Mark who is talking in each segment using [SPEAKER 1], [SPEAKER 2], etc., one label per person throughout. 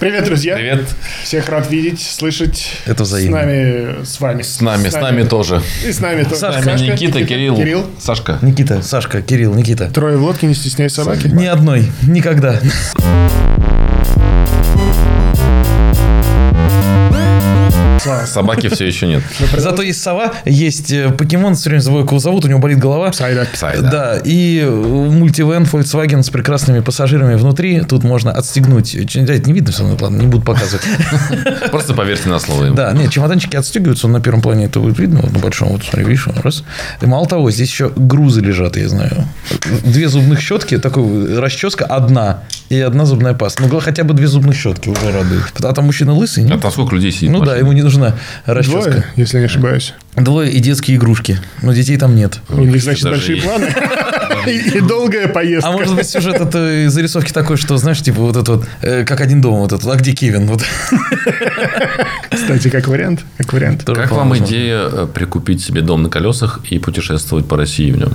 [SPEAKER 1] Привет, друзья.
[SPEAKER 2] Привет.
[SPEAKER 1] Всех рад видеть, слышать.
[SPEAKER 2] Это взаимно.
[SPEAKER 1] С нами, с вами.
[SPEAKER 2] С нами, с нами тоже.
[SPEAKER 1] И с нами тоже.
[SPEAKER 2] С нами Никита, Кирилл.
[SPEAKER 1] Кирилл.
[SPEAKER 2] Сашка.
[SPEAKER 3] Никита, Сашка, Кирилл, Никита.
[SPEAKER 1] Трое в лодке, не стесняясь собаки.
[SPEAKER 3] Ни одной, никогда.
[SPEAKER 1] Слава.
[SPEAKER 2] Собаки все еще нет.
[SPEAKER 3] Зато есть сова, есть э, покемон, все время забываю, как его зовут, у него болит голова.
[SPEAKER 1] Сайда.
[SPEAKER 2] Псай, да.
[SPEAKER 3] Да, и э, мультивэн Volkswagen с прекрасными пассажирами внутри. Тут можно отстегнуть. Э, Ч- да, это не видно все равно, ладно, не буду показывать.
[SPEAKER 2] Просто поверьте на слово им.
[SPEAKER 3] Да, нет, чемоданчики отстегиваются, он на первом плане это будет видно, вот на большом, вот смотри, видишь, он раз. И мало того, здесь еще грузы лежат, я знаю. Две зубных щетки, такой расческа одна и одна зубная паста. Ну, гла- хотя бы две зубных щетки уже радует. А там мужчина лысый,
[SPEAKER 2] А
[SPEAKER 3] нет?
[SPEAKER 2] там сколько людей сидит?
[SPEAKER 3] Ну
[SPEAKER 2] в
[SPEAKER 3] да,
[SPEAKER 2] машине?
[SPEAKER 3] ему не нужна расческа.
[SPEAKER 1] Двое, если я не ошибаюсь.
[SPEAKER 3] Двое и детские игрушки, но детей там нет.
[SPEAKER 1] У них, значит,
[SPEAKER 2] даже
[SPEAKER 1] большие
[SPEAKER 2] есть.
[SPEAKER 1] планы. И и долгая
[SPEAKER 3] А
[SPEAKER 1] поездка.
[SPEAKER 3] может быть, сюжет этой зарисовки такой, что, знаешь, типа вот этот вот, э, как один дома вот этот, а где Кевин? Вот.
[SPEAKER 1] Кстати, как вариант. Как вариант.
[SPEAKER 3] Тоже
[SPEAKER 2] Как вам
[SPEAKER 3] возможно.
[SPEAKER 2] идея э, прикупить себе дом на колесах и путешествовать по России в нем?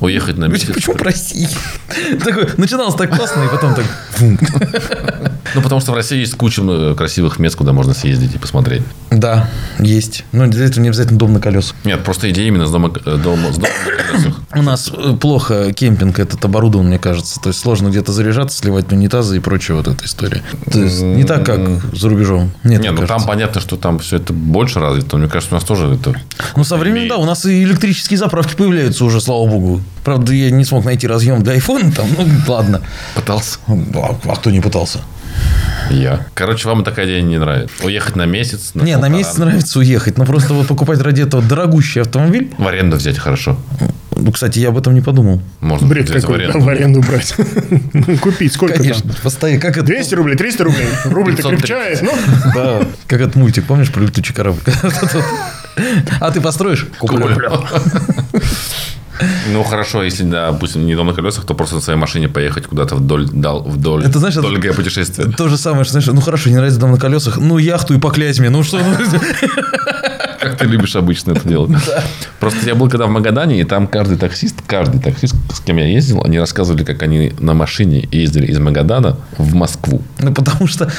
[SPEAKER 2] Уехать на месяц?
[SPEAKER 3] «Типа, Почему прости? Такой, начиналось так классно, и потом так...
[SPEAKER 2] Ну, потому что в России есть куча э, красивых мест, куда можно съездить и посмотреть.
[SPEAKER 3] Да, есть. Но для этого не обязательно дом на колесах.
[SPEAKER 2] Нет, просто идея именно с дома, э, дома- с домом на колесах.
[SPEAKER 3] У нас э, плохо кемпинг этот оборудован, мне кажется. То есть сложно где-то заряжаться, сливать унитазы и прочее вот эта история. То есть не так, как за рубежом. Нет,
[SPEAKER 2] Не,
[SPEAKER 3] мне
[SPEAKER 2] ну там
[SPEAKER 3] кажется.
[SPEAKER 2] понятно, что там все это больше развито. Мне кажется, у нас тоже это...
[SPEAKER 3] Ну, со временем, да, у нас и электрические заправки появляются уже, слава богу. Правда, я не смог найти разъем для айфона там, ну, ладно.
[SPEAKER 2] Пытался.
[SPEAKER 3] А, а кто не пытался?
[SPEAKER 2] Я. Короче, вам такая идея не нравится. Уехать на месяц.
[SPEAKER 3] Не, на
[SPEAKER 2] полтора.
[SPEAKER 3] месяц нравится уехать, но просто вот покупать ради этого дорогущий автомобиль.
[SPEAKER 2] В аренду взять хорошо.
[SPEAKER 3] Ну, кстати, я об этом не подумал.
[SPEAKER 2] Можно
[SPEAKER 1] Бред
[SPEAKER 2] взять в
[SPEAKER 1] какой
[SPEAKER 2] аренду.
[SPEAKER 1] там в аренду брать. Ну, Купить сколько там?
[SPEAKER 3] Конечно, постоянно, как это,
[SPEAKER 1] 200 рублей, 300 рублей. Рубль-то
[SPEAKER 2] 530.
[SPEAKER 1] крепчает. Ну,
[SPEAKER 3] да, как этот мультик, помнишь про летучий корабль? А ты построишь?
[SPEAKER 2] Куплю. Ну хорошо, если, да, допустим, не дом на колесах, то просто на своей машине поехать куда-то вдоль, дал, вдоль,
[SPEAKER 3] Это знаешь, это-
[SPEAKER 2] долгое путешествие.
[SPEAKER 3] То же самое, что, знаешь, ну хорошо, не нравится дом на колесах, ну яхту и по клязьме, ну что, ну,
[SPEAKER 2] Как ты любишь обычно это делать. Просто я был когда в Магадане, и там каждый таксист, каждый таксист, с кем я ездил, они рассказывали, как они на машине ездили из Магадана в Москву.
[SPEAKER 3] ну потому что,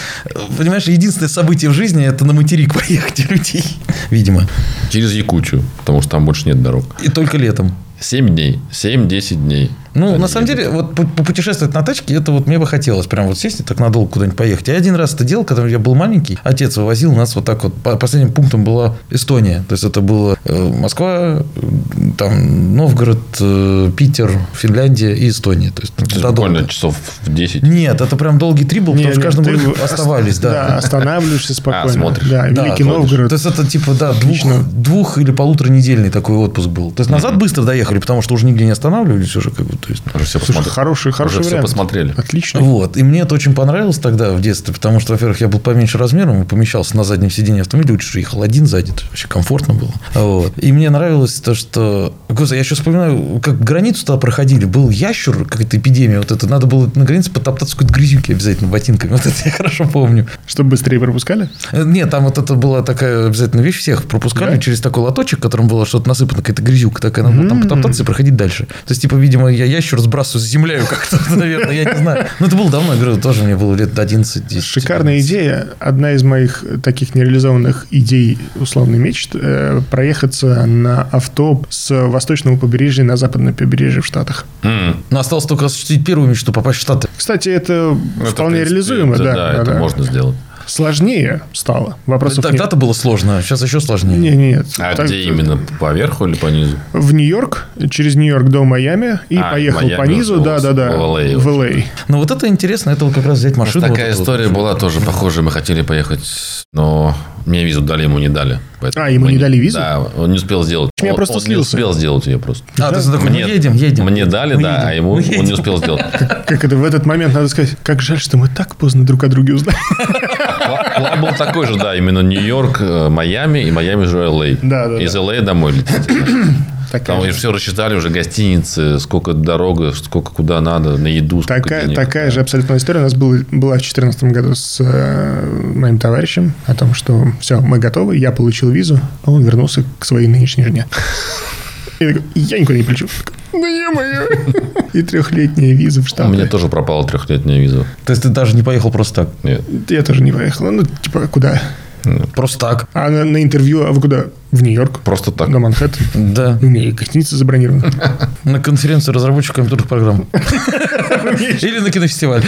[SPEAKER 3] понимаешь, единственное событие в жизни это на материк поехать людей, видимо,
[SPEAKER 2] Через Якутию, потому что там больше нет дорог.
[SPEAKER 3] и только летом.
[SPEAKER 2] 7 дней, 7-10 дней.
[SPEAKER 3] Ну,
[SPEAKER 2] Они
[SPEAKER 3] на самом деле, вот пу- попутешествовать на тачке, это вот мне бы хотелось прям вот сесть и так надолго куда-нибудь поехать. Я один раз это делал, когда я был маленький, отец вывозил нас вот так вот. По- Последним пунктом была Эстония. То есть, это было э, Москва, э, там Новгород, э, Питер, Финляндия и Эстония. То есть,
[SPEAKER 2] едут.
[SPEAKER 3] надолго.
[SPEAKER 2] Буквально часов в 10.
[SPEAKER 3] Нет, это прям долгий трибл,
[SPEAKER 1] не,
[SPEAKER 3] потому что
[SPEAKER 1] не,
[SPEAKER 3] в каждом
[SPEAKER 1] ты
[SPEAKER 3] городе
[SPEAKER 1] ост-
[SPEAKER 3] оставались,
[SPEAKER 1] Да,
[SPEAKER 3] да.
[SPEAKER 1] останавливаешься спокойно.
[SPEAKER 2] А, смотришь.
[SPEAKER 1] Да,
[SPEAKER 3] Да,
[SPEAKER 1] Великий
[SPEAKER 2] ходишь.
[SPEAKER 1] Новгород.
[SPEAKER 3] То есть это типа, да, двух,
[SPEAKER 1] Отлично.
[SPEAKER 3] двух или полуторанедельный такой отпуск был. То есть назад быстро доехали, потому что уже нигде не останавливались уже как бы. То есть...
[SPEAKER 2] Уже все
[SPEAKER 1] Слушай,
[SPEAKER 2] посмотрели.
[SPEAKER 1] хороший, хороший
[SPEAKER 2] Уже все
[SPEAKER 1] вариант.
[SPEAKER 2] посмотрели.
[SPEAKER 1] Отлично.
[SPEAKER 3] Вот. И мне это очень понравилось тогда в детстве, потому что, во-первых, я был поменьше размером и помещался на заднем сиденье автомобиля, лучше ехал один сзади, это вообще комфортно было. Вот. И мне нравилось то, что... Господи, я еще вспоминаю, как границу туда проходили, был ящур, какая-то эпидемия вот это, надо было на границе потоптаться в какой-то грязюке обязательно ботинками, вот это я хорошо помню.
[SPEAKER 1] Чтобы быстрее пропускали?
[SPEAKER 3] Э, Нет, там вот это была такая обязательно вещь, всех пропускали
[SPEAKER 1] Да?
[SPEAKER 3] через такой лоточек, в котором было что-то насыпано, какая-то грязюка такая, надо было там
[SPEAKER 1] М-м-м.
[SPEAKER 3] потоптаться и проходить дальше. То есть, типа, видимо, я ящер сбрасываю с землей как-то, наверное, я не знаю. Ну, это было давно, я говорю, тоже мне было лет 11 10.
[SPEAKER 1] Шикарная идея. Одна из моих таких нереализованных идей условный мечт э, проехаться на авто с восточного побережья на западное побережье в Штатах.
[SPEAKER 2] М.
[SPEAKER 3] Но осталось только осуществить первую мечту, попасть в Штаты.
[SPEAKER 1] Кстати, это
[SPEAKER 2] Ну, Это, в
[SPEAKER 1] вполне
[SPEAKER 2] принципе,
[SPEAKER 1] реализуемо,
[SPEAKER 2] это-
[SPEAKER 1] да.
[SPEAKER 2] Да,
[SPEAKER 1] да,
[SPEAKER 2] это
[SPEAKER 1] да.
[SPEAKER 2] можно сделать.
[SPEAKER 1] Сложнее стало. Вопросов нет.
[SPEAKER 3] Тогда-то было сложно, а сейчас еще сложнее.
[SPEAKER 1] Не, не, нет.
[SPEAKER 2] А
[SPEAKER 1] Так,
[SPEAKER 2] где именно? По верху или по низу?
[SPEAKER 1] В Нью-Йорк, через Нью-Йорк до Майами и
[SPEAKER 2] А,
[SPEAKER 1] поехал
[SPEAKER 2] Майами
[SPEAKER 1] по низу,
[SPEAKER 2] уже
[SPEAKER 1] да, да, да,
[SPEAKER 2] в Э LA
[SPEAKER 1] в Э.
[SPEAKER 2] уже.
[SPEAKER 1] LA.
[SPEAKER 3] Но вот это интересно, это вот как раз взять машину. вот
[SPEAKER 2] Такая
[SPEAKER 3] эту вот.
[SPEAKER 2] история была тоже похожая. Мы хотели поехать, но мне визу дали, ему не дали. Поэтому
[SPEAKER 1] А, ему
[SPEAKER 2] мы
[SPEAKER 1] не дали визу?
[SPEAKER 2] Да, он не успел сделать.
[SPEAKER 1] Я
[SPEAKER 2] Он-
[SPEAKER 1] просто
[SPEAKER 2] он
[SPEAKER 1] слился.
[SPEAKER 2] не успел сделать ее просто.
[SPEAKER 3] А, то есть такой, мы едем, едем.
[SPEAKER 2] Мне дали,
[SPEAKER 3] Мы
[SPEAKER 2] да,
[SPEAKER 3] едем,
[SPEAKER 2] а ему
[SPEAKER 3] мы
[SPEAKER 2] он не
[SPEAKER 3] едем.
[SPEAKER 2] успел сделать.
[SPEAKER 1] Как это в этот момент надо сказать, как жаль, что мы так поздно друг о друге узнали.
[SPEAKER 2] Пла- План был такой же, да, именно Нью-Йорк, э, Майами и Майами же Л.А.
[SPEAKER 1] Да, да,
[SPEAKER 2] Из Л.А. домой лететь. Там
[SPEAKER 1] Такая
[SPEAKER 2] уже все рассчитали, уже гостиницы, сколько дорога, сколько куда надо, на еду, сколько
[SPEAKER 1] Такая,
[SPEAKER 2] денег.
[SPEAKER 1] такая же абсолютная история у нас был- была в 2014 году с э, моим товарищем о том, что все, мы готовы, я получил визу, а он вернулся к своей нынешней жене. Я такой, я никуда не плечу. Ну, е-мое. И трехлетняя виза в
[SPEAKER 2] У меня
[SPEAKER 1] Штаты.
[SPEAKER 2] тоже пропала трехлетняя виза.
[SPEAKER 3] То есть ты даже не поехал просто так?
[SPEAKER 2] Нет.
[SPEAKER 1] Я тоже не поехала. Ну, типа, куда?
[SPEAKER 3] Просто так.
[SPEAKER 1] А на, на интервью, а вы куда? В Нью-Йорк.
[SPEAKER 2] Просто так.
[SPEAKER 1] На Манхэттен.
[SPEAKER 3] Да.
[SPEAKER 1] У меня и гостиница забронирована.
[SPEAKER 3] На конференцию разработчиков компьютерных программ. Или на кинофестиваль.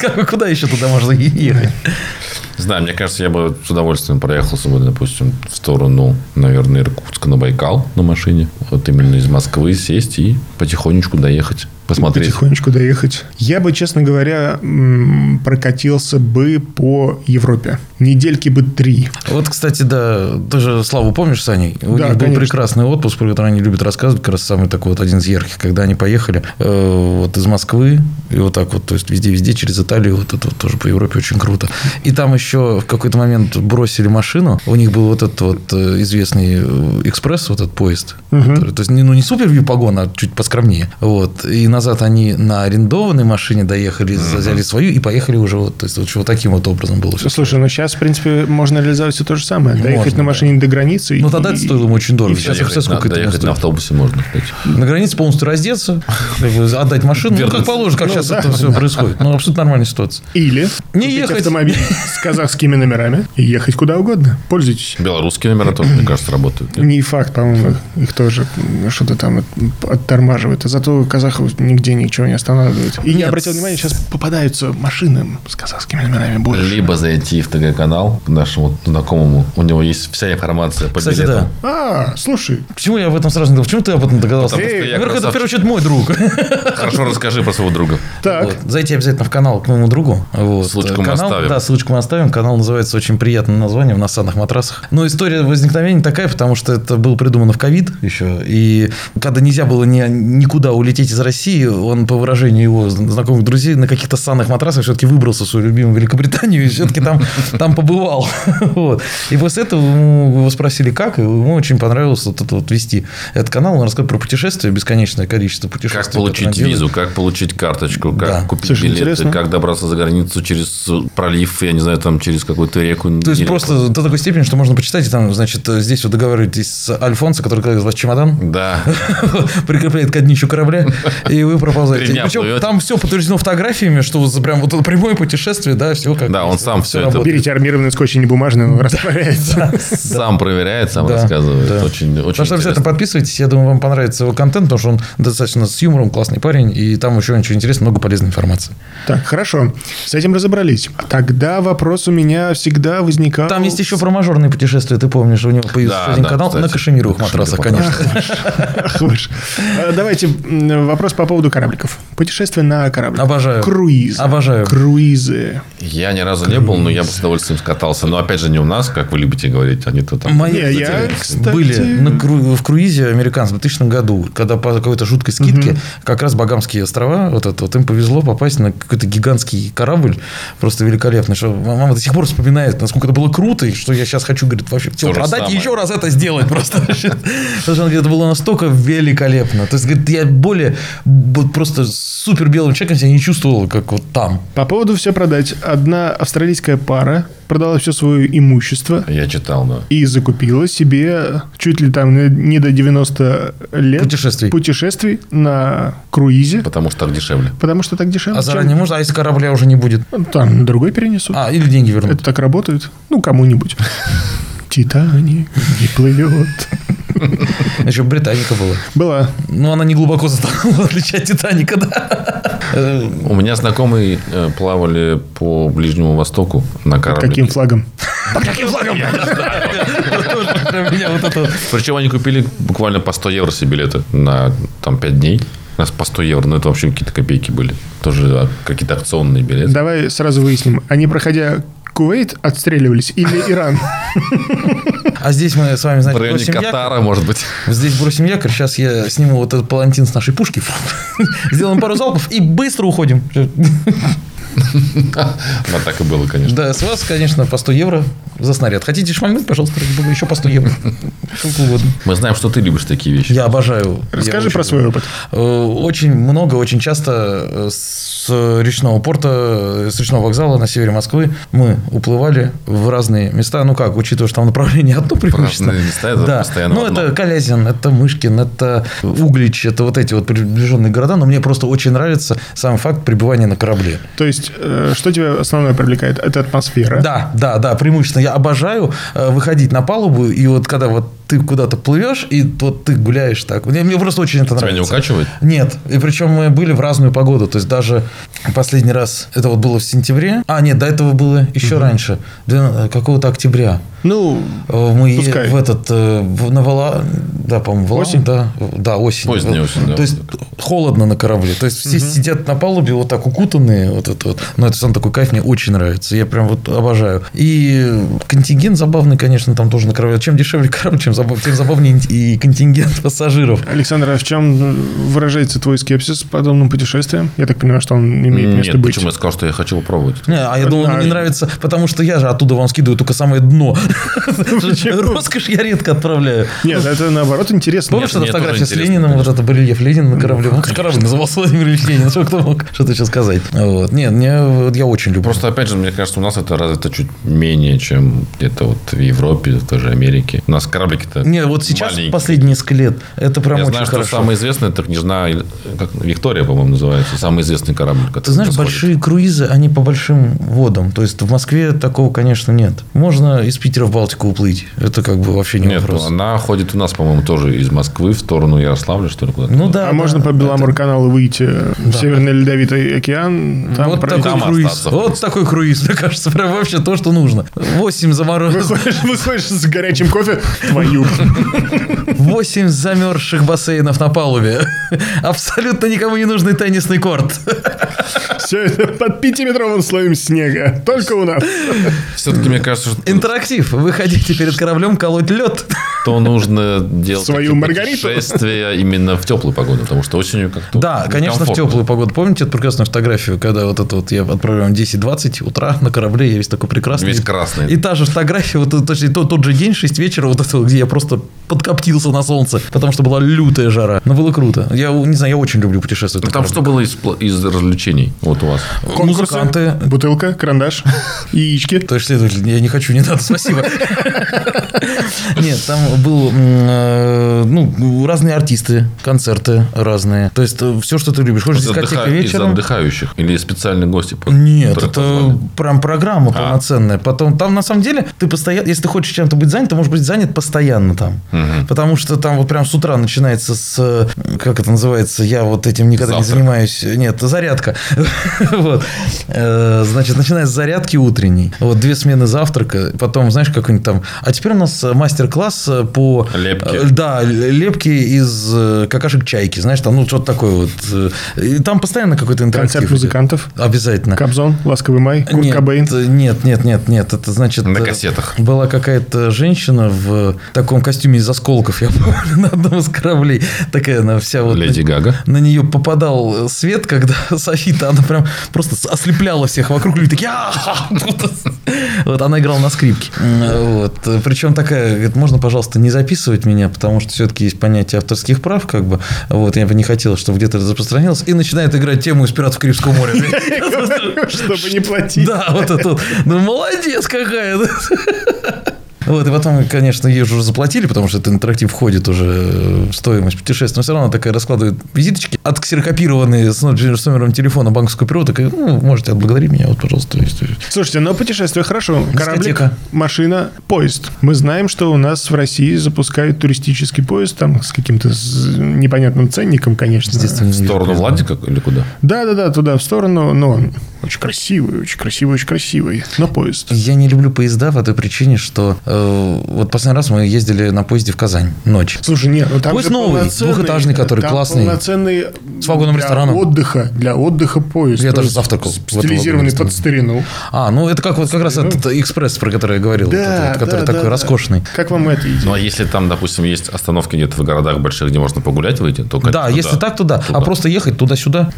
[SPEAKER 3] Как бы Куда еще туда можно ехать?
[SPEAKER 2] Не Знаю, мне кажется, я бы с удовольствием проехался бы, допустим, в сторону, наверное, Иркутска на Байкал на машине. Вот именно из Москвы сесть и потихонечку доехать, посмотреть.
[SPEAKER 1] Потихонечку доехать. Я бы, честно говоря, м, прокатился бы по Европе. Недельки бы три.
[SPEAKER 3] Вот, кстати, да, ты же Славу помнишь, Саней? У
[SPEAKER 1] Да,
[SPEAKER 3] них был
[SPEAKER 1] конечно.
[SPEAKER 3] прекрасный отпуск, про который они любят рассказывать, как раз самый такой вот один из ярких, когда они поехали э, вот из Москвы, и вот так вот, то есть везде-везде, через Италию, вот это вот тоже по Европе очень круто. И там еще в какой-то момент бросили машину, у них был вот этот вот э, известный э, экспресс, вот этот поезд, который- то есть не- ну не супер погон, а чуть поскромнее, вот, и назад они на арендованной машине доехали, взяли свою и поехали уже вот, то есть вот, вот таким вот образом было все.
[SPEAKER 1] Слушай, ну сейчас, в принципе, можно реализовать все то же самое. Доехать
[SPEAKER 3] Можно,
[SPEAKER 1] на
[SPEAKER 3] да.
[SPEAKER 1] машине до границы.
[SPEAKER 3] Ну, тогда
[SPEAKER 1] и-
[SPEAKER 3] это стоило ему очень дорого. Сейчас я
[SPEAKER 2] Доехать
[SPEAKER 3] представляю,
[SPEAKER 2] на-
[SPEAKER 3] сколько это ему
[SPEAKER 2] доехать на
[SPEAKER 3] стоит.
[SPEAKER 2] автобусе можно, кстати.
[SPEAKER 3] На границе полностью раздеться, как бы отдать машину. Ну, как
[SPEAKER 2] Вернуться.
[SPEAKER 3] положено, как
[SPEAKER 1] Ну,
[SPEAKER 3] сейчас
[SPEAKER 1] да.
[SPEAKER 3] это все происходит. Ну, абсолютно нормальная ситуация.
[SPEAKER 1] Или
[SPEAKER 3] Не
[SPEAKER 1] купить
[SPEAKER 3] ехать.
[SPEAKER 1] автомобиль с казахскими номерами и ехать куда угодно. Пользуйтесь.
[SPEAKER 2] Белорусские номера тоже, мне кажется, работают. Нет?
[SPEAKER 1] Не факт, по-моему, их- их тоже м, что-то там от- оттормаживает. А зато казахов нигде ничего не останавливает. И
[SPEAKER 3] Нет.
[SPEAKER 1] я обратил внимание, сейчас попадаются машины с казахскими номерами больше.
[SPEAKER 2] Либо зайти в ТГ-канал к нашему знакомому. У него есть вся информация по
[SPEAKER 3] Кстати,
[SPEAKER 2] билетам.
[SPEAKER 3] да.
[SPEAKER 1] А, слушай,
[SPEAKER 3] Почему я об этом сразу не думал? Почему ты об этом догадался?
[SPEAKER 2] Потому что я
[SPEAKER 3] Во-первых, это,
[SPEAKER 2] красавчик.
[SPEAKER 3] в первую очередь, мой друг.
[SPEAKER 2] Хорошо, расскажи про своего друга.
[SPEAKER 1] так.
[SPEAKER 3] Вот. Зайти обязательно в канал к моему другу. Вот.
[SPEAKER 2] Ссылочку мы
[SPEAKER 3] канал,
[SPEAKER 2] оставим.
[SPEAKER 3] Да, ссылочку мы оставим. Канал называется очень приятным названием «На санных матрасах». Но история возникновения такая, потому что это было придумано в ковид еще. И когда нельзя было ни, никуда улететь из России, он, по выражению его зн- знакомых друзей, на каких-то санных матрасах все-таки выбрался в свою любимую Великобританию и все-таки там, там побывал. Вот. И после этого ему- его спросили, как, и ему очень понравилось вот это вот вести этот канал. Он рассказывает про путешествия, бесконечное количество путешествий.
[SPEAKER 2] Как
[SPEAKER 3] которые он
[SPEAKER 2] получить
[SPEAKER 3] делает.
[SPEAKER 2] визу, как получить карточку, как
[SPEAKER 3] Да.
[SPEAKER 2] купить
[SPEAKER 1] Слушай,
[SPEAKER 2] билеты,
[SPEAKER 1] интересно.
[SPEAKER 2] как добраться за границу через э, пролив, я не знаю, там через какую-то реку. не
[SPEAKER 3] То есть
[SPEAKER 2] реку.
[SPEAKER 3] просто до такой степени, что можно почитать, и там, значит, здесь вы договариваетесь с Альфонсо, который кладет вас в чемодан,
[SPEAKER 2] Да.
[SPEAKER 3] прикрепляет к днищу корабля, и вы проползаете.
[SPEAKER 2] Три дня
[SPEAKER 3] Причем
[SPEAKER 2] плывет.
[SPEAKER 3] там все подтверждено фотографиями, что вот прям вот это прямое путешествие, да, все как
[SPEAKER 2] Да, он сам всё это
[SPEAKER 3] работает.
[SPEAKER 1] Берите армированный скотч, а не бумажный, он растворяется.
[SPEAKER 2] Сам проверяет, сам
[SPEAKER 3] Да,
[SPEAKER 2] рассказывает.
[SPEAKER 3] да.
[SPEAKER 2] Очень, очень
[SPEAKER 3] Так что обязательно
[SPEAKER 2] интересно.
[SPEAKER 3] подписывайтесь, я думаю, вам понравится его контент, потому что он достаточно с юмором, классный парень, и там еще очень интересно, много полезной информации.
[SPEAKER 1] Так, хорошо. С этим разобрались. Тогда вопрос у меня всегда возникал.
[SPEAKER 3] Там есть еще про мажорные путешествия, ты помнишь, у него появился
[SPEAKER 2] Да,
[SPEAKER 3] один
[SPEAKER 2] да,
[SPEAKER 3] канал на
[SPEAKER 2] кстати.
[SPEAKER 3] кашемировых
[SPEAKER 2] На
[SPEAKER 3] матрасах,
[SPEAKER 2] кашемировых
[SPEAKER 3] конечно.
[SPEAKER 1] Ах вы ж. Э, Давайте м, вопрос по поводу корабликов. Путешествие на кораблик.
[SPEAKER 3] Обожаю.
[SPEAKER 1] Круизы.
[SPEAKER 3] Обожаю.
[SPEAKER 1] Круизы.
[SPEAKER 2] Я ни разу не был, но я бы с удовольствием скатался. Но опять же, не у нас, как вы любите говорить, они-то там.
[SPEAKER 3] Мои,
[SPEAKER 1] Не, я,
[SPEAKER 3] кстати,
[SPEAKER 1] кстати-
[SPEAKER 3] были на кру- в круизе американском в 2000 году, когда по какой-то жуткой скидке, как раз Багамские острова, вот это вот, им повезло попасть на какой-то гигантский корабль, просто великолепный, что мама до сих пор вспоминает, насколько это было круто, и что я сейчас хочу, говорит, вообще все
[SPEAKER 2] То же
[SPEAKER 3] продать и
[SPEAKER 2] самое.
[SPEAKER 3] еще раз это сделать просто. Потому что она говорит, это было настолько великолепно. То есть, говорит, я более вот просто супер белым человеком себя не чувствовал, как вот там.
[SPEAKER 1] По поводу все продать. Одна австралийская пара продала все свое имущество
[SPEAKER 2] Я читал, но.
[SPEAKER 1] и закупила себе чуть ли там не- не до 90 лет
[SPEAKER 3] Путешествий.
[SPEAKER 1] путешествий на круизе,
[SPEAKER 2] Потому что так дешевле.
[SPEAKER 1] потому что так дешевле.
[SPEAKER 3] А
[SPEAKER 1] чем-
[SPEAKER 3] заранее можно, а если корабля уже не будет?
[SPEAKER 1] Там другой перенесут.
[SPEAKER 3] А, или деньги вернут.
[SPEAKER 1] Это так работает? Ну, кому-нибудь. Титаник не плывет.
[SPEAKER 3] Еще британика была.
[SPEAKER 1] Была.
[SPEAKER 3] Ну, она не глубоко затонула, в отличие от Титаника, да. Э,
[SPEAKER 2] У меня знакомые э, плавали по Ближнему Востоку на корабле.
[SPEAKER 1] Каким флагом?
[SPEAKER 3] тоже прям меня вот это...
[SPEAKER 2] Причем они купили буквально по 100 евро себе билеты на там 5 дней. У нас по 100 евро, но это вообще какие-то копейки были. Тоже а, какие-то акционные билеты.
[SPEAKER 1] Давай сразу выясним. Они, проходя Кувейт, отстреливались или Иран?
[SPEAKER 3] А здесь мы с вами,
[SPEAKER 2] В
[SPEAKER 3] значит,
[SPEAKER 2] районе
[SPEAKER 3] бросим якорь.
[SPEAKER 2] Катара, может быть.
[SPEAKER 3] Здесь бросим якорь. Сейчас я сниму вот этот палантин с нашей пушки. Фу. Сделаем пару залпов и быстро уходим.
[SPEAKER 2] Да, так и было, конечно.
[SPEAKER 3] Да, с вас, конечно, по 100 евро. за снаряд. Хотите шмальнуть, пожалуйста, ради бога, еще по 100 евро. Сколько угодно.
[SPEAKER 2] Мы знаем, что ты любишь такие вещи.
[SPEAKER 3] Я обожаю.
[SPEAKER 1] Расскажи
[SPEAKER 3] Я
[SPEAKER 1] про
[SPEAKER 3] очень-
[SPEAKER 1] свой опыт.
[SPEAKER 3] Э, Очень много, очень часто э, с речного порта, э, с речного вокзала на севере Москвы мы уплывали в разные места. Ну как, учитывая, что там направление одно преимущественно.
[SPEAKER 2] разные места, это
[SPEAKER 3] да.
[SPEAKER 2] постоянно
[SPEAKER 3] Ну,
[SPEAKER 2] одно.
[SPEAKER 3] это Калязин, это Мышкин, это Углич, это вот эти вот приближенные города. Но мне просто очень нравится сам факт пребывания на корабле.
[SPEAKER 1] То есть, э, что тебя основное привлекает? Это атмосфера.
[SPEAKER 3] Да, да, да, преимущественно. Я обожаю э, выходить на палубу, и вот когда вот ты куда-то плывешь, и вот ты гуляешь так. Мне, мне просто очень это
[SPEAKER 2] Тебя не
[SPEAKER 3] нравится.
[SPEAKER 2] укачивает?
[SPEAKER 3] Нет, и причем мы были в разную погоду, то есть даже последний раз, это вот было в сентябре, а нет, до этого было еще раньше, двена- какого-то октября.
[SPEAKER 1] Ну,
[SPEAKER 3] Э, Мы е-
[SPEAKER 1] Пускай.
[SPEAKER 3] в этот, э, в- на Вала, да, по-моему, Вала,
[SPEAKER 1] Осень?
[SPEAKER 3] да, в- да, осень.
[SPEAKER 2] Поздняя
[SPEAKER 3] Вот.
[SPEAKER 2] осень, да.
[SPEAKER 3] То есть холодно на корабле, то есть все сидят на палубе вот так укутанные, вот это вот. Но это сам такой кайф мне очень нравится, я прям вот обожаю. И контингент забавный, конечно, там тоже на корабле. Чем дешевле корабль, чем забав- тем забавнее и контингент пассажиров.
[SPEAKER 1] Александр, а в чем выражается твой скепсис по подобным путешествиям? Я так понимаю, что он имеет
[SPEAKER 2] Нет,
[SPEAKER 1] место быть.
[SPEAKER 2] почему я сказал, что я хочу попробовать?
[SPEAKER 3] Не, а я думал,
[SPEAKER 1] А,
[SPEAKER 3] мне не
[SPEAKER 1] и-
[SPEAKER 3] нравится, потому что я же оттуда вам скидываю только самое дно. Роскошь я редко отправляю.
[SPEAKER 1] Нет, это наоборот интересно.
[SPEAKER 3] Помнишь,
[SPEAKER 2] мне тоже
[SPEAKER 3] эта фотография с
[SPEAKER 2] интересно, Ну,
[SPEAKER 3] Лениным, вот это барельеф Ленина на корабле? Вот Корабль назывался Владимир Ильич Ленин, что кто мог что-то еще сказать? Вот. Нет, мне, вот я очень люблю.
[SPEAKER 2] Просто, опять же, мне кажется, у нас это развито чуть менее, чем где-то вот в Европе, в той же Америке. У нас кораблики-то
[SPEAKER 3] Не, вот сейчас
[SPEAKER 2] маленькие.
[SPEAKER 3] последние несколько лет, это прям
[SPEAKER 2] Я
[SPEAKER 3] очень
[SPEAKER 2] знаю, что
[SPEAKER 3] хорошо.
[SPEAKER 2] самый известный, это княжна Ил- как, Виктория, по-моему, называется. Самый известный корабль. который
[SPEAKER 3] Ты знаешь,
[SPEAKER 2] происходит.
[SPEAKER 3] большие круизы, они по большим водам. То есть в Москве такого, конечно, нет. Можно из Питера в Балтику уплыть. Это как бы вообще не
[SPEAKER 2] Нет, ну, а-
[SPEAKER 3] вопрос.
[SPEAKER 2] она ходит у нас, по-моему, тоже из Москвы в сторону Ярославля, что ли, куда-то.
[SPEAKER 3] Ну да.
[SPEAKER 1] А
[SPEAKER 3] да.
[SPEAKER 1] можно по Беломор-каналу выйти э, в
[SPEAKER 3] Да.
[SPEAKER 1] Северный Ледовитый океан? Там
[SPEAKER 3] вот
[SPEAKER 1] пройти.
[SPEAKER 3] такой
[SPEAKER 2] Там
[SPEAKER 3] круиз.
[SPEAKER 2] остаться
[SPEAKER 3] Вот такой круиз, мне кажется, прям вообще то, что нужно. 8 заморозок,
[SPEAKER 1] Выходишь, выходишь с горячим кофе, твою.
[SPEAKER 3] 8 замерзших бассейнов на палубе. Абсолютно никому не нужный теннисный корт.
[SPEAKER 1] Все это под пятиметровым слоем снега. Только у нас.
[SPEAKER 2] Все-таки, мне кажется, что,
[SPEAKER 3] Интерактив. Выходите перед кораблем колоть лед.
[SPEAKER 2] что нужно делать
[SPEAKER 1] Свою
[SPEAKER 2] такие
[SPEAKER 1] Маргариту.
[SPEAKER 2] путешествия именно в теплую погоду, потому что осенью как-то
[SPEAKER 3] Да, конечно, в
[SPEAKER 2] некомфортно.
[SPEAKER 3] теплую погоду. Помните эту прекрасную фотографию, когда вот это вот я отправляю вам 10-20 утра на корабле, я весь такой прекрасный.
[SPEAKER 2] Весь красный.
[SPEAKER 3] И та же фотография, вот, это, точнее, тот, тот же день, 6 вечера, вот это, вот, где я просто подкоптился на солнце, потому что была лютая жара. Но было круто. Я не знаю, я очень люблю путешествовать.
[SPEAKER 2] Ну,
[SPEAKER 3] на
[SPEAKER 2] Там
[SPEAKER 3] корабле.
[SPEAKER 2] что было из, пла- из развлечений вот у вас?
[SPEAKER 1] Конкурсы,
[SPEAKER 3] Музыканты.
[SPEAKER 1] Бутылка, карандаш, яички.
[SPEAKER 3] То есть, следователь, я не хочу, не надо, спасибо. Нет, там был, м, э, ну, разные артисты, концерты разные. То есть, все, что ты любишь. Хочешь
[SPEAKER 2] Из
[SPEAKER 3] дискотека
[SPEAKER 2] отдыха- из
[SPEAKER 3] вечером?
[SPEAKER 2] отдыхающих? Или специальные гости? по-
[SPEAKER 3] Нет,
[SPEAKER 2] которые
[SPEAKER 3] это
[SPEAKER 2] позвали?
[SPEAKER 3] прям программа
[SPEAKER 2] типа, А.
[SPEAKER 3] полноценная. Потом там на самом деле ты постоянно, если ты хочешь чем-то быть занят, ты можешь быть занят постоянно там,
[SPEAKER 2] Мгм.
[SPEAKER 3] потому что там вот прям с утра начинается с э, как это называется, я вот этим никогда не
[SPEAKER 2] Завтрак.
[SPEAKER 3] занимаюсь. Нет, зарядка. Вот, Э, значит, начиная с зарядки утренней, вот две смены завтрака, потом знаешь какой-нибудь там. А теперь у нас э, мастер-класс э, по
[SPEAKER 2] Лепке.
[SPEAKER 3] э, да, л- лепки из э, какашек чайки, знаешь, там ну что-то такое вот. э, И там постоянно какой-то интерактив.
[SPEAKER 1] Концерт
[SPEAKER 3] идет.
[SPEAKER 1] музыкантов.
[SPEAKER 3] Обязательно.
[SPEAKER 1] Кобзон, Ласковый май, Курт
[SPEAKER 3] Нет,
[SPEAKER 1] Кобейн.
[SPEAKER 3] Нет, нет, нет, нет. Это значит...
[SPEAKER 2] На
[SPEAKER 3] э,
[SPEAKER 2] кассетах.
[SPEAKER 3] Была какая-то женщина в таком костюме из осколков, я помню, на одном из кораблей. Такая она вся вот...
[SPEAKER 2] Леди Гага.
[SPEAKER 3] На нее попадал э, свет, когда софита, она прям просто с- ослепляла всех вокруг. Люди такие... «А, «А-а-а!» Вот она играла на скрипке. М, Вот. Причем такая, говорит, можно, пожалуйста, не записывать меня, потому что все-таки есть понятие авторских прав, как бы. Вот, я бы не хотел, чтобы где-то это распространилось. И начинает играть тему из «Пиратов Карибского моря».
[SPEAKER 1] Чтобы не платить.
[SPEAKER 3] Да, вот это вот. Ну, молодец какая. Вот, и потом, конечно, ей уже заплатили, потому что это интерактив входит уже э, в стоимость путешествия. Но все равно такая раскладывает визиточки, отксерокопированные с, нот- с номером телефона банковского перевода. Такая, ну, можете отблагодарить меня, вот, пожалуйста. если-
[SPEAKER 1] Слушайте, но путешествие хорошо. Кораблик,
[SPEAKER 3] Дискотека.
[SPEAKER 1] машина, поезд. Мы знаем, что у нас в России запускают туристический поезд там с каким-то с- непонятным ценником, конечно.
[SPEAKER 3] Естественно,
[SPEAKER 2] В сторону Владика или куда?
[SPEAKER 1] Да-да-да, туда, в сторону, но он очень красивый, очень красивый, очень красивый, но поезд.
[SPEAKER 3] Я не люблю поезда по той причине, что э, Вот последний раз мы ездили на поезде в Казань ночь.
[SPEAKER 1] Слушай, нет, ну там
[SPEAKER 3] Поезд
[SPEAKER 1] же
[SPEAKER 3] новый,
[SPEAKER 1] полноценный-
[SPEAKER 3] двухэтажный, который
[SPEAKER 1] там
[SPEAKER 3] классный.
[SPEAKER 1] полноценный
[SPEAKER 3] С вагоном
[SPEAKER 1] для
[SPEAKER 3] рестораном.
[SPEAKER 1] отдыха, для отдыха поезд.
[SPEAKER 3] Я
[SPEAKER 1] То
[SPEAKER 3] даже
[SPEAKER 1] есть
[SPEAKER 3] завтракал в этом вагоне
[SPEAKER 1] Стилизированный под
[SPEAKER 3] ресторана.
[SPEAKER 1] старину.
[SPEAKER 3] А, ну это как вот как раз этот экспресс, про который я говорил, вот этот вот, который
[SPEAKER 1] да,
[SPEAKER 3] такой
[SPEAKER 1] да, да.
[SPEAKER 3] роскошный.
[SPEAKER 1] Как вам это идея?
[SPEAKER 2] Ну, а если там, допустим, есть остановки где-то в городах больших, где можно погулять выйти, то, конечно,
[SPEAKER 3] Да, если так, то да. А просто ехать туда-сюда.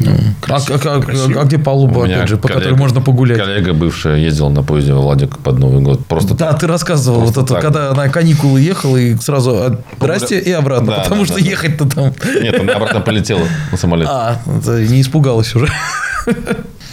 [SPEAKER 3] А- а, а- а где
[SPEAKER 2] Ну, У
[SPEAKER 3] палуба,
[SPEAKER 2] меня
[SPEAKER 3] опять же, по
[SPEAKER 2] коллега-
[SPEAKER 3] которой можно погулять?
[SPEAKER 2] Коллега бывшая ездила на поезде во Владик под Новый год. Просто
[SPEAKER 3] Да, ты рассказывал вот
[SPEAKER 2] Просто
[SPEAKER 3] это,
[SPEAKER 2] так.
[SPEAKER 3] когда на каникулы ехал и сразу от- здрасте и обратно,
[SPEAKER 2] Да,
[SPEAKER 3] потому
[SPEAKER 2] да,
[SPEAKER 3] что
[SPEAKER 2] да, да.
[SPEAKER 3] ехать-то там.
[SPEAKER 2] Нет, она обратно полетела на самолет.
[SPEAKER 3] А, это не испугалась уже.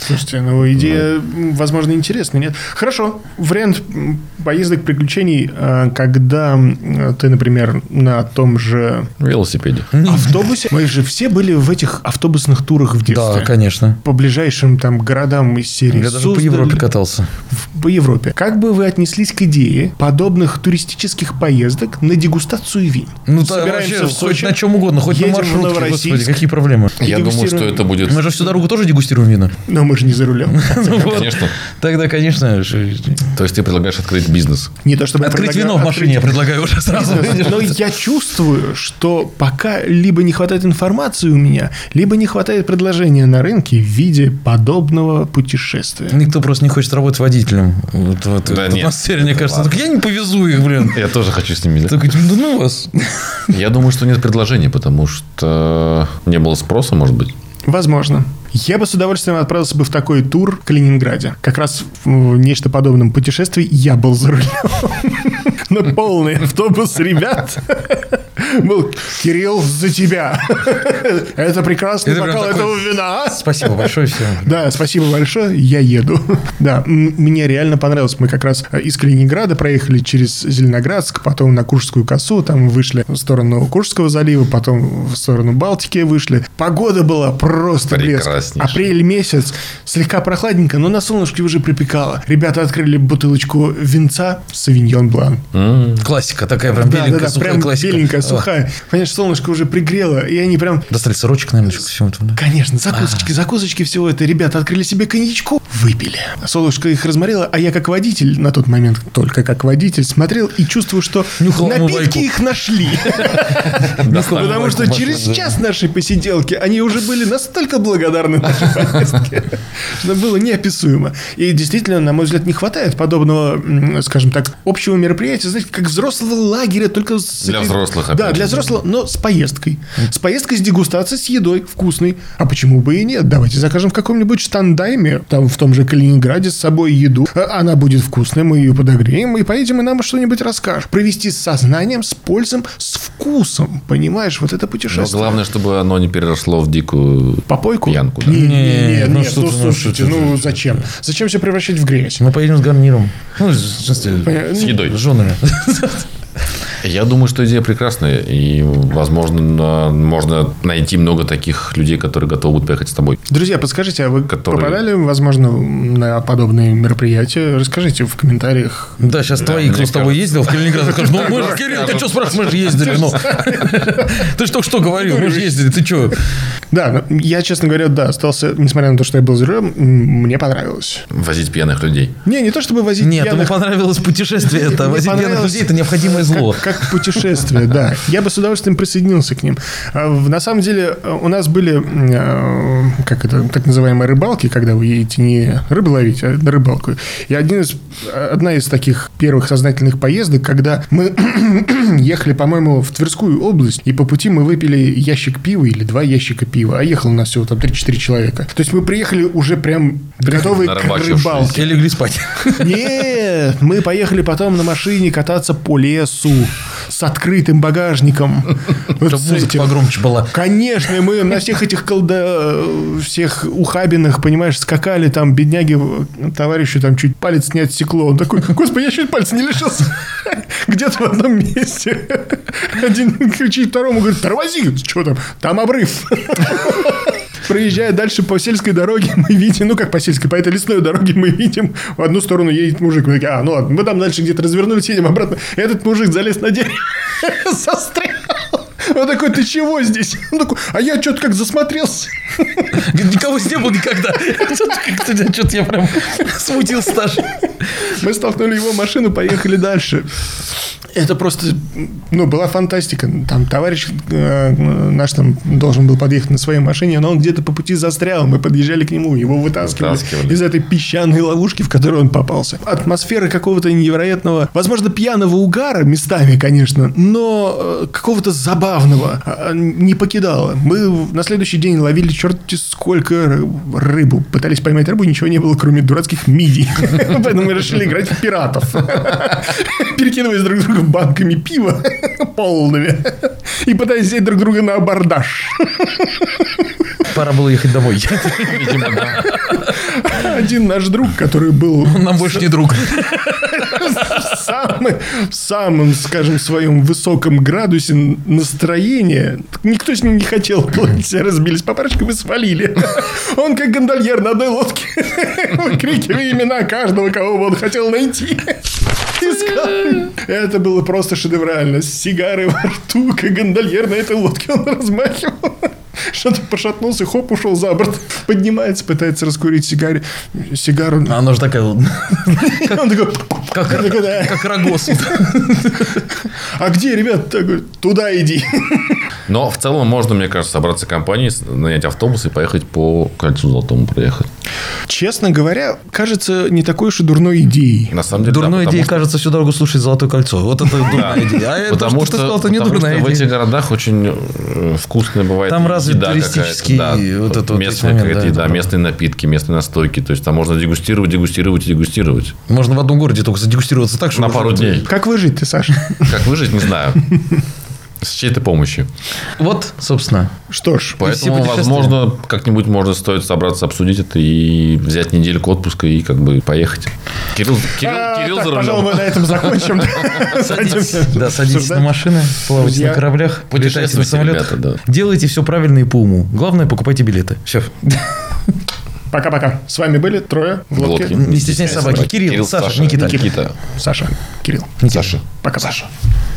[SPEAKER 1] Слушайте, ну идея, м, возможно, интересная, нет? Хорошо, вариант м, поездок, приключений, э, когда м, ты, например, на том же
[SPEAKER 2] На велосипеде.
[SPEAKER 1] автобусе. Мы же все были в этих автобусных турах в
[SPEAKER 3] Да,
[SPEAKER 1] детстве.
[SPEAKER 3] конечно.
[SPEAKER 1] по ближайшим там городам из серии
[SPEAKER 3] Я даже по
[SPEAKER 1] Суздаль,
[SPEAKER 3] Европе катался.
[SPEAKER 1] в- по Европе. Как бы вы отнеслись к идее подобных туристических поездок на дегустацию вин?
[SPEAKER 3] Ну, да,
[SPEAKER 1] Собираемся
[SPEAKER 3] вообще,
[SPEAKER 1] в Сочи.
[SPEAKER 3] хоть на чем угодно, хоть на
[SPEAKER 1] едем в
[SPEAKER 3] маршрутке.
[SPEAKER 1] Новороссийск.
[SPEAKER 3] Господи, какие проблемы.
[SPEAKER 2] Я думаю, что
[SPEAKER 1] Дегустируем.
[SPEAKER 2] это будет...
[SPEAKER 3] Мы же всю дорогу тоже дегустируем вина.
[SPEAKER 1] Но мы же не за рулем.
[SPEAKER 3] Вот.
[SPEAKER 2] Конечно.
[SPEAKER 3] Тогда, конечно, ж-
[SPEAKER 2] То есть ты предлагаешь открыть бизнес.
[SPEAKER 1] Не то чтобы
[SPEAKER 3] открыть
[SPEAKER 1] предлагаю-
[SPEAKER 3] вино в машине я
[SPEAKER 1] открыть
[SPEAKER 3] предлагаю уже сразу.
[SPEAKER 1] бизнес,
[SPEAKER 2] Ну,
[SPEAKER 1] Но я чувствую, что пока либо не хватает информации у меня, либо не хватает предложения на рынке в виде подобного путешествия.
[SPEAKER 3] Никто просто не хочет работать водителем. Вот в этой
[SPEAKER 2] Да
[SPEAKER 3] вот
[SPEAKER 2] нет.
[SPEAKER 3] атмосфере, мне кажется. Так я не повезу их, блин.
[SPEAKER 2] Я тоже хочу с ними.
[SPEAKER 3] Так, да ну вас.
[SPEAKER 2] Я думаю, что нет предложений, потому что не было спроса, может быть.
[SPEAKER 1] Возможно. Я бы с удовольствием отправился бы в такой тур в Калининграде. Как раз в нечто подобном путешествии я был за рулем. На полный автобус, ребят. Был Кирилл за тебя. Это прекрасный
[SPEAKER 3] Это прям
[SPEAKER 1] бокал
[SPEAKER 3] такой-
[SPEAKER 1] этого вина. а?
[SPEAKER 3] Спасибо большое всем.
[SPEAKER 1] Да, спасибо большое, я еду. Да, м, мне реально понравилось. Мы как раз э, из Калининграда проехали через Зеленоградск, потом на Куршскую косу, там вышли в сторону Куршского залива, потом в сторону Балтики вышли. Погода была просто блеск.
[SPEAKER 2] Прекраснейшая.
[SPEAKER 1] Апрель месяц, слегка прохладненько, но на солнышке уже припекало. Ребята открыли бутылочку винца «Савиньон Блан».
[SPEAKER 3] Классика такая прям
[SPEAKER 1] Да, да,
[SPEAKER 3] беленькая,
[SPEAKER 1] да,
[SPEAKER 3] сухая
[SPEAKER 1] прям
[SPEAKER 3] классика.
[SPEAKER 1] беленькая,
[SPEAKER 3] А.
[SPEAKER 1] сухая. Понимаешь, солнышко уже пригрело, и они прям
[SPEAKER 3] Достали сырочек, наверное, к всему этому. да?
[SPEAKER 1] Конечно, закусочки,
[SPEAKER 2] А.
[SPEAKER 1] закусочки, всего это. Ребята открыли себе коньячку, выпили. Солнышко их разморило, а я как водитель, на тот момент только как водитель, смотрел и чувствую, что
[SPEAKER 3] Нюхал одну
[SPEAKER 1] напитки
[SPEAKER 3] лайку.
[SPEAKER 1] их нашли. Потому что через час нашей посиделки они уже были настолько благодарны нашей поездке, что было неописуемо. И действительно, на мой взгляд, не хватает подобного, м, скажем так, общего мероприятия, знаете, как взрослого лагеря, только с...
[SPEAKER 2] Для взрослых,
[SPEAKER 1] Да,
[SPEAKER 2] опять
[SPEAKER 1] для
[SPEAKER 2] же.
[SPEAKER 1] взрослого, но с поездкой. С поездкой, с дегустацией, с едой вкусной. А почему бы и нет? Давайте закажем в каком-нибудь штандайме, там в том же Калининграде, с собой еду. А, Она будет вкусной, мы ее подогреем и поедем, и нам что-нибудь расскажешь. Провести с сознанием, с пользом, с вкусом. Понимаешь, вот это
[SPEAKER 2] Но
[SPEAKER 1] путешествие.
[SPEAKER 2] Ну, главное, чтобы оно не переросло в дикую...
[SPEAKER 1] Попойку?
[SPEAKER 2] Пьянку, да.
[SPEAKER 1] Не, не, не,
[SPEAKER 3] Не, ну
[SPEAKER 1] нет,
[SPEAKER 3] что
[SPEAKER 1] ну
[SPEAKER 3] ты, ну
[SPEAKER 1] слушайте,
[SPEAKER 3] что ты,
[SPEAKER 1] ну зачем? Зачем все превращать в грязь? Ну,
[SPEAKER 3] Мы поедем с гарниром. Ну, в смысле,
[SPEAKER 1] Поня-
[SPEAKER 2] С едой.
[SPEAKER 3] с женами.
[SPEAKER 2] Я думаю, что идея прекрасная. И, возможно, на- можно найти много таких людей, которые готовы будут поехать с тобой.
[SPEAKER 1] Друзья, подскажите, а вы
[SPEAKER 2] Которые-
[SPEAKER 1] попадали, возможно, на подобные мероприятия? Расскажите в комментариях.
[SPEAKER 3] Да, сейчас твои,
[SPEAKER 2] мне
[SPEAKER 3] кто с тобой ездил в Калининград, скажут, ну мы же, Кирилл, ты что спрашиваешь, мы же ездили. ну». Ты же только что говорил, мы же ездили, ты что?
[SPEAKER 1] Да, ну, я, честно говоря, да, остался, несмотря на то, что я был за рулем, м, мне понравилось.
[SPEAKER 2] Возить пьяных людей.
[SPEAKER 1] Не, не то чтобы возить
[SPEAKER 3] Нет, ему
[SPEAKER 1] пьяных,
[SPEAKER 3] понравилось путешествие это.
[SPEAKER 1] Мне
[SPEAKER 3] Возить пьяных
[SPEAKER 1] понравилось.
[SPEAKER 3] людей – это необходимое зло.
[SPEAKER 1] Как, как путешествие, да. Я бы с удовольствием присоединился к ним. А, в- На самом деле, э, у нас были, м, э, как это, так называемые рыбалки, когда вы едете не рыбу ловить, а на рыбалку. И один из, одна из таких первых сознательных поездок, когда мы ехали, по-моему, в Тверскую область, и по пути мы выпили ящик пива или два ящика пива, а ехало у нас всего там 3-4 человека. То есть мы приехали уже прям готовые к
[SPEAKER 2] нарыбачившись.
[SPEAKER 1] рыбалке.
[SPEAKER 3] И легли спать.
[SPEAKER 1] Нет, мы поехали потом на машине кататься по лесу с открытым багажником. Вот
[SPEAKER 3] Чтобы
[SPEAKER 1] с
[SPEAKER 3] музыка
[SPEAKER 1] этим.
[SPEAKER 3] погромче была.
[SPEAKER 1] Конечно, мы на всех этих колда... всех ухабинах, понимаешь, скакали там, бедняги, товарищу там чуть палец не отсекло. Он такой, господи, я чуть палец не лишился. Где-то в одном месте. Один кричит второму, говорит, тормози, что там? Там обрыв. Проезжая дальше по сельской дороге, мы видим, ну как по сельской, по этой лесной дороге мы видим, в одну сторону едет мужик, мы такие, а, ну ладно, мы там дальше где-то развернулись, едем обратно. Этот мужик залез на дерево, застрял. Он такой, ты чего здесь? Он такой, а я что-то как засмотрелся.
[SPEAKER 3] Говорит, никого здесь не было никогда. Что-то как-то- Что-то я прям смутился даже.
[SPEAKER 1] Мы столкнули его машину, поехали дальше. Это просто, ну, была фантастика. Там товарищ э, наш там должен был подъехать на своей машине, но он где-то по пути застрял. Мы подъезжали к нему, его вытаскивали,
[SPEAKER 2] Вытаскивали.
[SPEAKER 1] из этой песчаной ловушки, в которую он попался. Атмосфера какого-то невероятного, возможно, пьяного угара местами, конечно, но э, какого-то забавного э, не покидала. Мы на следующий день ловили черти сколько ры- рыбу. Пытались поймать рыбу, ничего не было, кроме дурацких мидий. Поэтому мы решили играть в пиратов. Перекидываясь друг друга банками пива полными. И пытаясь взять друг друга на абордаж.
[SPEAKER 3] Пора было ехать домой.
[SPEAKER 2] Видимо, да.
[SPEAKER 1] Один наш друг, который был
[SPEAKER 3] Он нам больше не друг.
[SPEAKER 1] в самый- в самом, скажем, своем высоком градусе настроения. Никто с ним не хотел плыть. Все разбились по парочкам и свалили. Он как гондольер на одной лодке. Выкрикивая имена каждого, кого бы он хотел найти. Искал. Это было просто шедеврально. С сигарой во рту, как гондольер на этой лодке он размахивал. Что-то пошатнулся, хоп, ушел за борт. Поднимается, пытается раскурить сигаре. сигару.
[SPEAKER 3] Она же такая вот,
[SPEAKER 1] Он такой...
[SPEAKER 3] как,
[SPEAKER 1] такой, да.
[SPEAKER 3] как рогоз.
[SPEAKER 1] А где, ребят? Так, Туда иди.
[SPEAKER 2] Но в целом можно, мне кажется, собраться компанией, с- нанять автобус и поехать по кольцу Золотому проехать.
[SPEAKER 1] Честно говоря, кажется, не такой уж и дурной идеей.
[SPEAKER 2] На самом деле, да,
[SPEAKER 3] Дурной
[SPEAKER 2] потому
[SPEAKER 3] идеей,
[SPEAKER 2] что-
[SPEAKER 3] кажется, всю дорогу слушать «Золотое кольцо». Вот это дурная идея. А это,
[SPEAKER 2] Потому
[SPEAKER 3] что ты
[SPEAKER 2] что,
[SPEAKER 3] сказал, это не
[SPEAKER 2] потому
[SPEAKER 3] дурная
[SPEAKER 2] что в
[SPEAKER 3] идея.
[SPEAKER 2] этих городах очень э, вкусная бывает
[SPEAKER 3] Там развит
[SPEAKER 2] еда какая-то,
[SPEAKER 3] туристический вот этот вот весь
[SPEAKER 2] местная
[SPEAKER 3] момент,
[SPEAKER 2] какая-то
[SPEAKER 3] да, это
[SPEAKER 2] еда,
[SPEAKER 3] правда.
[SPEAKER 2] местные напитки, местные настойки. То есть там можно дегустировать, дегустировать и дегустировать.
[SPEAKER 3] Можно в одном городе только задегустироваться так, что...
[SPEAKER 2] На
[SPEAKER 3] уже-
[SPEAKER 2] пару дней.
[SPEAKER 1] Как выжить ты, Саша?
[SPEAKER 2] Как выжить, не знаю. С чьей-то помощью.
[SPEAKER 3] Вот, собственно.
[SPEAKER 1] Что ж,
[SPEAKER 2] Поэтому,
[SPEAKER 3] путешествия.
[SPEAKER 2] возможно, как-нибудь можно стоит собраться, обсудить это и взять недельку отпуска и как бы поехать. Кирилл, Кирилл,
[SPEAKER 1] а,
[SPEAKER 2] Кирилл
[SPEAKER 1] так,
[SPEAKER 2] за рулем.
[SPEAKER 1] пожалуй, мы на этом закончим.
[SPEAKER 3] Садитесь,
[SPEAKER 1] Садимся
[SPEAKER 3] да, садитесь
[SPEAKER 1] обсуждать.
[SPEAKER 3] на машины, плавайте
[SPEAKER 1] Друзья,
[SPEAKER 3] на кораблях, летайте на
[SPEAKER 2] путешествуйте,
[SPEAKER 3] самолетах.
[SPEAKER 2] ребята,
[SPEAKER 3] Делайте все правильно и по уму. Главное, покупайте билеты. Все.
[SPEAKER 1] Пока-пока. С вами были трое в
[SPEAKER 2] В
[SPEAKER 1] лодке.
[SPEAKER 2] лодке.
[SPEAKER 3] Не стесняйся собаки. Кирилл, Саша, Никита.
[SPEAKER 2] Никита.
[SPEAKER 1] Саша, Кирилл.
[SPEAKER 3] Никита.
[SPEAKER 2] Саша.
[SPEAKER 1] Пока, Саша.